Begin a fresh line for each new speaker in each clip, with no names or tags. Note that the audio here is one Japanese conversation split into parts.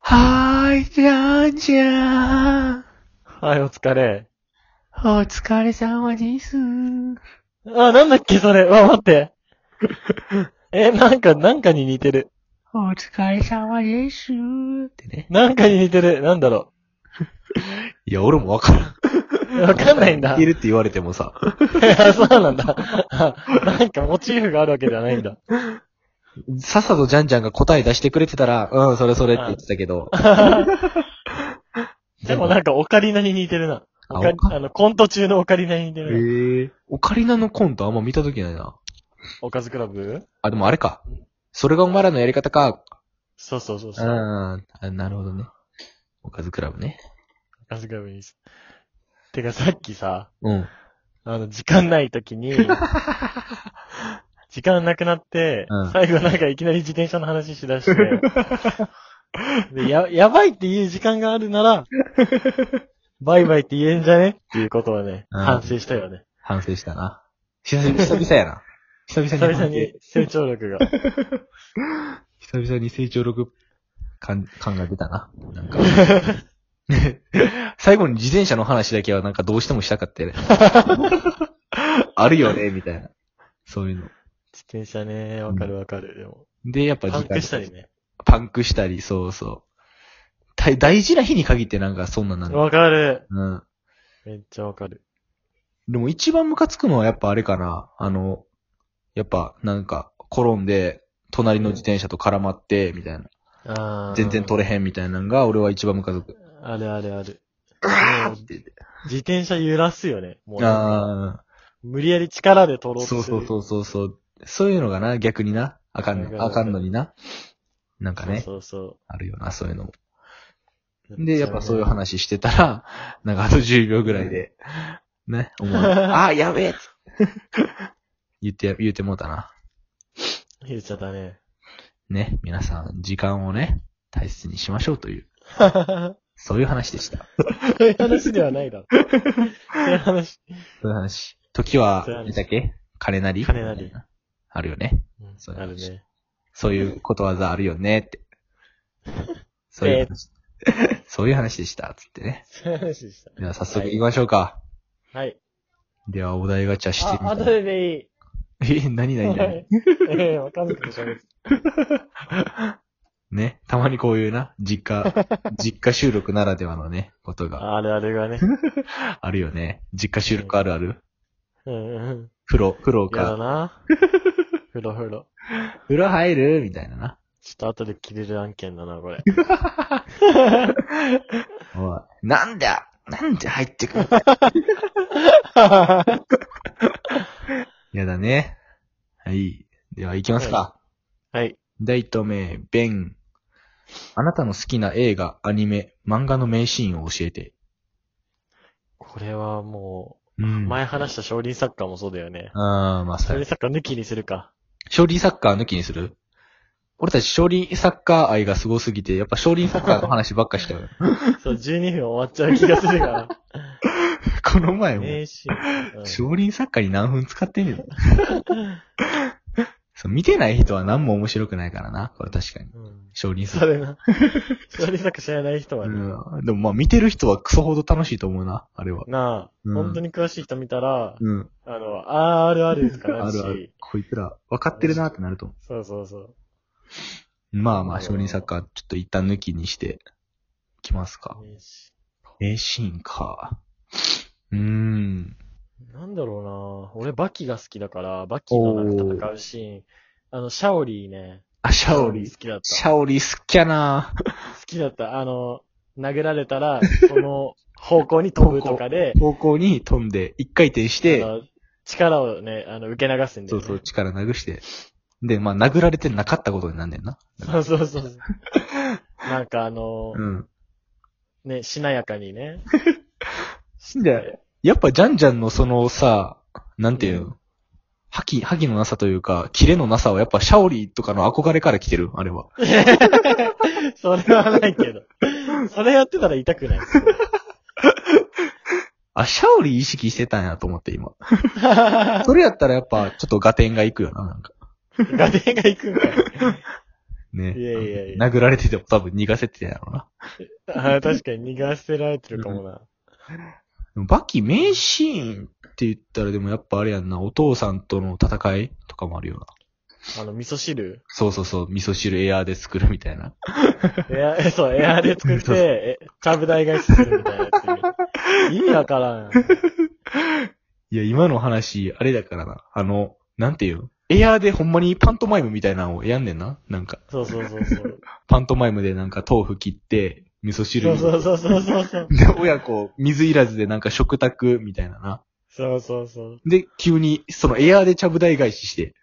はーい、じゃんじゃん。
はい、お疲れ。
お疲れ様です。
あ、なんだっけ、それ。わ、待って。え、なんか、なんかに似てる。
お疲れ様です。ってね。
なんかに似てる。なんだろ
いや、俺もわからん。
う。わかんないんだ。
いるって言われてもさ。
あそうなんだ。あなんかモチーフがあるわけじゃないんだ。
さっさとジャンジャンが答え出してくれてたら、うん、それそれって言ってたけ ど。
でもなんかオカリナに似てるな。オカリ
あオカ
あの、コント中のオカリナに似て
え
るな。
オカリナのコントあんま見たときないな。
おかずクラブ
あ、でもあれか。それがお前らのやり方か。
そうそうそう
う
そ
ん。
う。
あなるほどね。おかずクラブね。
おかずクラブにす。てかさっきさ、
うん。
あの、時間ない時 に、時間なくなって、
うん
最後なんかいきなり自転車の話しだして、でや、やばいっていう時間があるな ら、バイバイって言えんじゃねっていうことはね、
うん
反省したよね。
反省したな。久々久々やな。久々に
久々
反省。
に成長力が。
久々に成長力感、感が出たな。な んか。最後に自転車の話だけはなんかどうしてもしたかったよね。あるよね、みたいな。そういうの。
自転車ね、わかるわかる。でも、
で、やっぱ
パンクした
り。
りね。
パンクしたり、そうそう。大大事な日に限ってなんかそんなんなんだ。
わかる。
うん。
めっちゃわかる。
でも一番ムカつくのはやっぱあれかな。あの、やっぱなんか転んで、隣の自転車と絡まって、みたいな。
あー
全然取れへんみたいなのが俺は一番ムカつく。
あるあるある。もう
って言って
自転車揺らすよね。もうなんか、
ああ。
無理やり力で取ろうとす
そう
る。
そうそうそうそう。そういうのがな、逆にな。あかん
わかる
の、
わ
あ
かる
かんのにな。なんかね、
そうそ
あるよな、そういうのも。
う。
で、やっぱそうい う話してたら、 なんかあと10秒ぐらいで、ね、思う。あー、やべえつ 言って、言ってもうたな。
言っちゃった ね。
ね、皆さん、時間をね、大切にしましょうという、そういう話でした。
そういう話ではないだろ。そういう話。
そういう話。時は
そういう、話
何だっけ金なり
金なり。
あるよね。そういう
ある
話
ね。
そういうことわざあるよね って。そういう話。そういう話でした、つってね。
そういう話でし
では早速行きましょうか。
た。はい。
ではお題ガチャして
あ、
み
後
た
で
い。
でいい。
え、何々
は
何
いえ え、わかんないけど喋る
ね。たまにこういうな、実 家、実家収録ならではのね、こと が
あるあるがね。
あるよね。実家収録あるある
うんうん。
風呂、風呂
やだ
か。
な。ふろふろ。
風呂入るみたいなな。
ちょっと後で切れる案件だな、 これ。
おい。なんだなんで入ってくる
は
やだね。はい。では行きますか。
い。
第一投目、ベン。あなたの好きな映画、アニメ、漫画の名シーンを教えて。
これはもう、
前。
前話した少林サッカーもそうだよね。
あー、まあ、
少
さ、
林サッカー抜きにするか。
勝利サッカー抜きにする俺たち勝利サッカー愛がすごすぎて、やっぱ勝利サッカーの話ばっかしちゃう。
そう、12分終わっちゃう気がするが。
この前も、
名シーン。うん
少林サッカーに何分使っ てんねん。そう、見てない人は何も面白くないからな。これ確かに。
うん
少林サ
そ
ッカー。
れ な。少林サッカー知らない人はね。
うん。でもまあ見てる人はクソほど楽しいと思うな、あれは。
なあ、
うん
本当に詳しい人見たら、
うん。
あの、RR とかな
あ
るし。
るある。こいつら、分かってるなってなると思う。
そうそうそう。
まあま
な
あ、
る
少
ほど
林サッカー、ちょっと一旦抜きにして、いきますか。
名シ
名シーンか。うー
ー
ん。
ンなんだろうな俺、バキが好きだから、バキのなんか戦うシーン。あの、シャオリーね。
あ、シャオリ。
好きだった。
シャオリ好きやな、
好きだった。あの、殴られたら、その方向に飛ぶとかで
方向に飛ん で、一回転して
あ、の力をね、あの、受け流すんだ
そ
よ
う
ね。
そう、力殴して。で、まあ、殴られてなかったことになんねんな。
そうそうそうそう。なんかあの、
うん。
ね、しなやかに ね。
で、やっぱジャンジャンのそのさ、なんていう
う
の覇気、覇気のなさというか、キレのなさはやっぱシャオリとかの憧れから来てるあれは。
それはない けど。それやってたら痛くない。
あ、シャオリ意識してたんやと思って 今。それやったらやっぱ、ちょっと合点がいくよな、なんか。
ガテンが行くんかい。
ね。
いやいやいや
殴られてても多分逃がせてたやろうな。
ああ、確かに逃がせられてるかもな。
でもバキ名シーンって言ったらでもやっぱあれやんな、お父さんとの戦いとかもあるよな。
あの、味噌汁
そうそうそう、味噌汁エアーで作るみたいな。
エア、 えそう、エアで作って、え、ちゃぶ台返しするみたいなやつ。意味わからん。
いや、今の話、あれだからな。あの、なんていうのエアーでほんまにパントマイムみたいなのをやんねんな。なんか、
そうそうそうそう。
パントマイムでなんか豆腐切って、味噌汁
そ
に
うそうそうそうそうそう。
で、親子、水いらずでなんか食卓みたいなな。
そうそうそう。
で、急に、そのエアーでちゃぶ台返しして。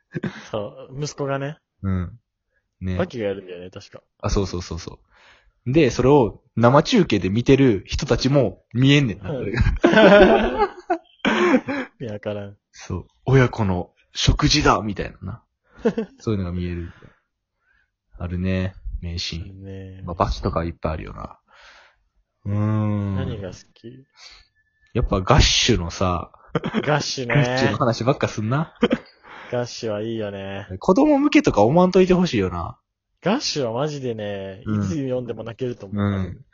そう。息子がね、
うん。ね
バ。キがやるんだよね、確か。
あ、そうそうそうそう。で、それを生中継で見てる人たちも見えんねんな。
うん意味わからん。
そう。親子の食事だみたいなな。 そういうのが見える。あるね。名シーン。
ねえ
まあ、バスとかいっぱいあるよな。うーん。
何が好き
やっぱガッシュのさ、
ガッシュ
ガッシュ
ね
の。話ばっかすんな。
ガッシュはいいよね。
子供向けとか思わんといてほしいよな。
ガッシュはマジでね、い
うん
つ読んでも泣けると思
う
う。
ん。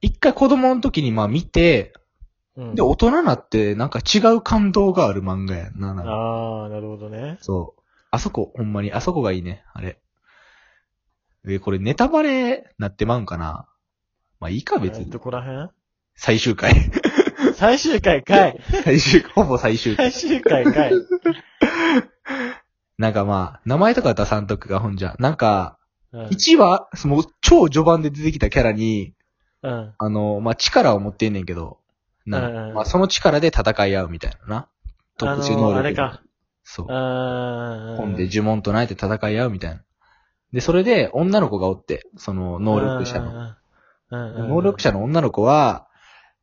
一回子供の時にまあ見て、
うん
で、大人になってなんか違う感動がある漫画やんな。なんか
ああ、なるほどね。
そう。あそこ、ほんまに、あそこがいいね、あれ。え、これネタバレなってまうんかなまあいいか、別
えー
に。
どこら辺
最終 回。
最終回か い
最終、ほぼ最終
最
回。
終回か い
なんかまあ、名前とか出さんとくがほんじゃ。なんか、
うん
1話、その超序盤で出てきたキャラに、
うん。
あの、まあ力を持ってんねんけど、なん
うんうん
か
うん
まあその力で戦い合うみたいなな。特
あの
殊能
ー、
力。
あれか。
そう。
あ
本で呪文唱えて戦い合うみたいな。で、それで女の子がおって、その能力者の。
の。うんうん
能力者の女の子は、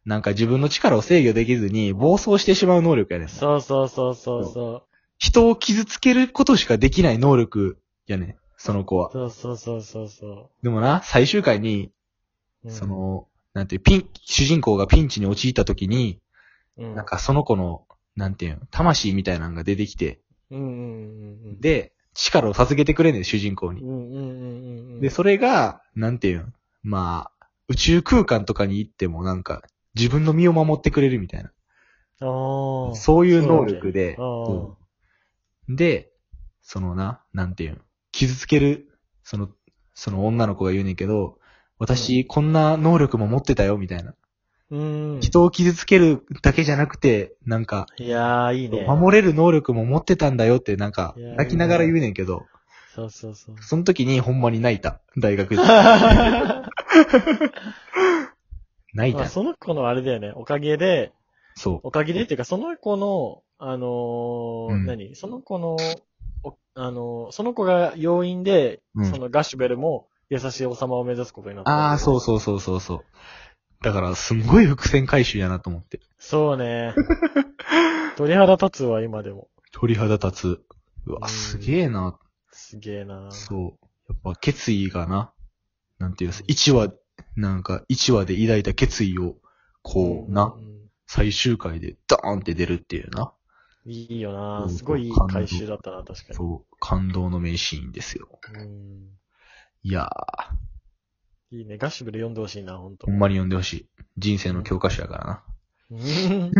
なんか自分の力を制御できずに暴走してしまう能力やねん。
そうそうそうそうそ
人を傷つけることしかできない能力やねん。その子は
う。。そうそうそうそうそ
でもな、最終回に、
う。
その、なんていう、ピン、主人公がピンチに陥った時に、
うん、
なんかその子の、なんていうん、魂みたいなのが出てきて、
うんうんうん。、
で、力を授けてくれんねん、主人公
う
に
ん。うんうんうんうん。
で、それが、なんていうん、まあ、宇宙空間とかに行ってもなんか、自分の身を守ってくれるみたいな。
おー
そういう能力で、
そうなんだ
うんで、そのな、なんていうん、傷つける、その、その女の子が言うねんけど、私、こんな能力も持ってたよ、みたいな。
うん。
人を傷つけるだけじゃなくて、なんか、
いやー、いいね。
守れる能力も持ってたんだよって、なんか、
いや
泣きながら言うねんけど、
そうそうそう。
その時にほんまに泣いた。大学で。 泣い
まあ、
た。
その子のあれだよね、おかげで、
そ
おかげでっていうか、その子の、あのー
うん
何その子の、おあのーその子が要因で、
うん
そのガッシュベルも優しい王様を目指すことになった。。
ああ、そううそうそうそうそう。だから、すんごい伏線回収やなと思って。
そう ね。鳥肌立つわ、今でも。
鳥肌立つ。
う
う
ん
わ、すげえな。
すげえな
そう。やっぱ決意がな、なんていうんです、一話、なんか一話で抱いた決意を、こうな、
ん
最終回でダーンって出るっていうな。
いいよな
うん
すごいいい回収だったな、確か
そう、感動の名シーンですよ。
に。うん
いやー、
いいね。ガッシュベル読んでほしいな、ほんと
ほ。んまに読んでほしい。人生の教科書やからな。
うん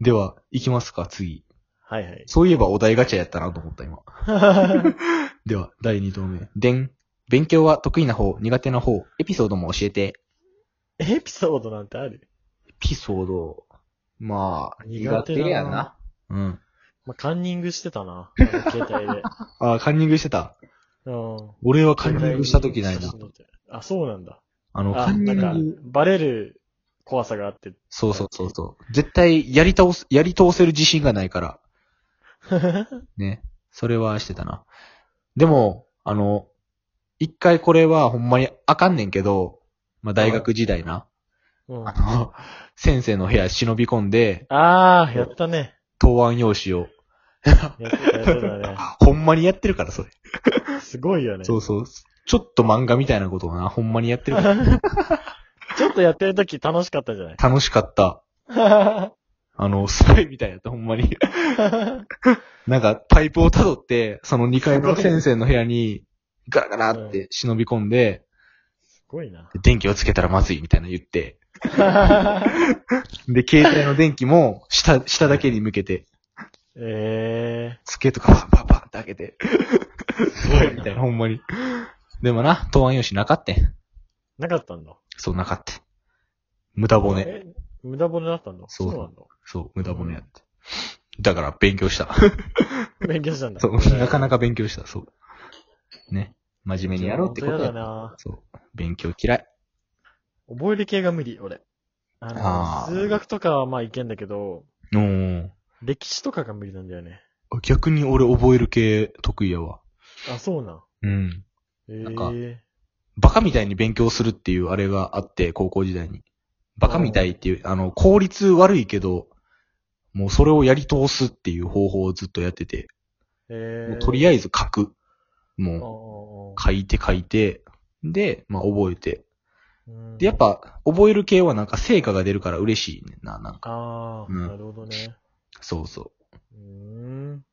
では、行きますか、次。
はい はい。
そういえばお題ガチャやったなと思った、今。では、第2投目。でん。勉強は得意な方、苦手な方、エピソードも教えて。
エピソードなんてある
エピソード、まあ、苦
苦
手
手だな
やな。うん。
まあ、カンニングしてたな。あの携帯で。
あ、カンニングしてた。
うん。
俺はカンニングした時ない
写
な
真。撮ってあ、そうなんだ。
あの、カ
あ、
ンニ
な
ン
んか
グ。、
バレる怖さがあ って。
そうそうそうそう。絶対、やり倒す、やり通せる自信がないから。ね。それはしてたな。でも、あの、一回これはほんまにあかんねんけど、まあ大学時代な。
うん、
あ
あ
の、先生の部屋忍び込んで、
あー、やったね。
答案用紙を。
やってた、やってたね。
ほんまにやってるから、それ。
すごいよね。
そうそう。ちょっと漫画みたいなことをな、ほんまにやってるから。
ちょっとやってる時楽しかったんじゃない
楽しかった。あの、スパイみたいやった、ほんまに。なんか、パイプを辿って、その2階の先生の部屋に、ガラガラって忍び込んで、
すごい な。
電気をつけたらまずいみたいなの言って、で、携帯の電気も下、下だけに向けて、
え
つけとかパッパッパッって開けて、
えー。すごい
みたい
な。
な、ほんまに。でもな、答案用紙なかったん。
なかったんだ。
そう、なかった。無駄骨。
え、無駄骨だったんだ。
そう
なんだ。
そう、無駄骨やって。だから、勉強した。
勉強したんだ。
そう、なかなか勉強した、そう。ね。真面目にやろうってこと
本当やだ
や。
な
そう。勉強嫌い。
覚える系が無理、俺。あの
あー
数学とかはまあいけんだけど、
おー。
歴史とかが無理なんだよね。
逆に俺覚える系得意やわ。
あ、そうなん。
うん。
ええ
なんか
ー。
バカみたいに勉強するっていうあれがあって、高校時代に。バカみたいっていう、あの、効率悪いけど、もうそれをやり通すっていう方法をずっとやってて、
え
も
え
うとりあ
え
えず書く。
ず
もう、書いて書いて、で、まあ覚えて。で、やっ、ぱ、覚える系はなんか成果が出るから嬉しいねんな、なんか。
ああ、
うん
なるほどね。
そうそう。
うーん。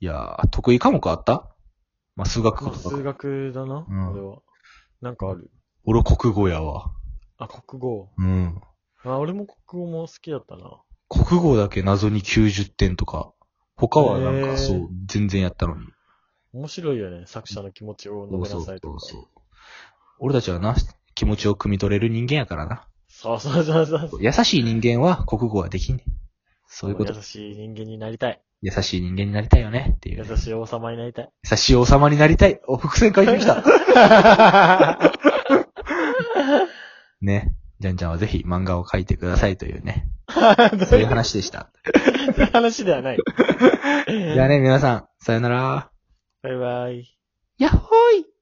いやー、得意科目あったまあ数学
ま
と
あ、
か
数。学だな、
うん
俺は。なんかある。
俺国語やわ。
あ、国語。
うん。
あ、俺も国語も好きだったな。
国語だけ謎に90点とか、他はなん
へー
かそう、全然やったのに。
面白いよね、作者の気持ちを述べなさいとか。
う。俺たちはな、気持ちを汲み取れる人間やからな。
そうそうそうそうそう。
優しい人間は国語はできんねん。そういうこと。
優しい人間になりたい。
優しい人間になりたいよねってい
優
う、ね。
しい王様になりた い。
優しい王様になりたい。お、伏線回収した。ね。ジャンちゃんはぜひ漫画を描いてくださいという ね。そういう話でした。
そういう 話ではない。
じゃあね、皆さん、さよなら。
バイバイ。
やっほーい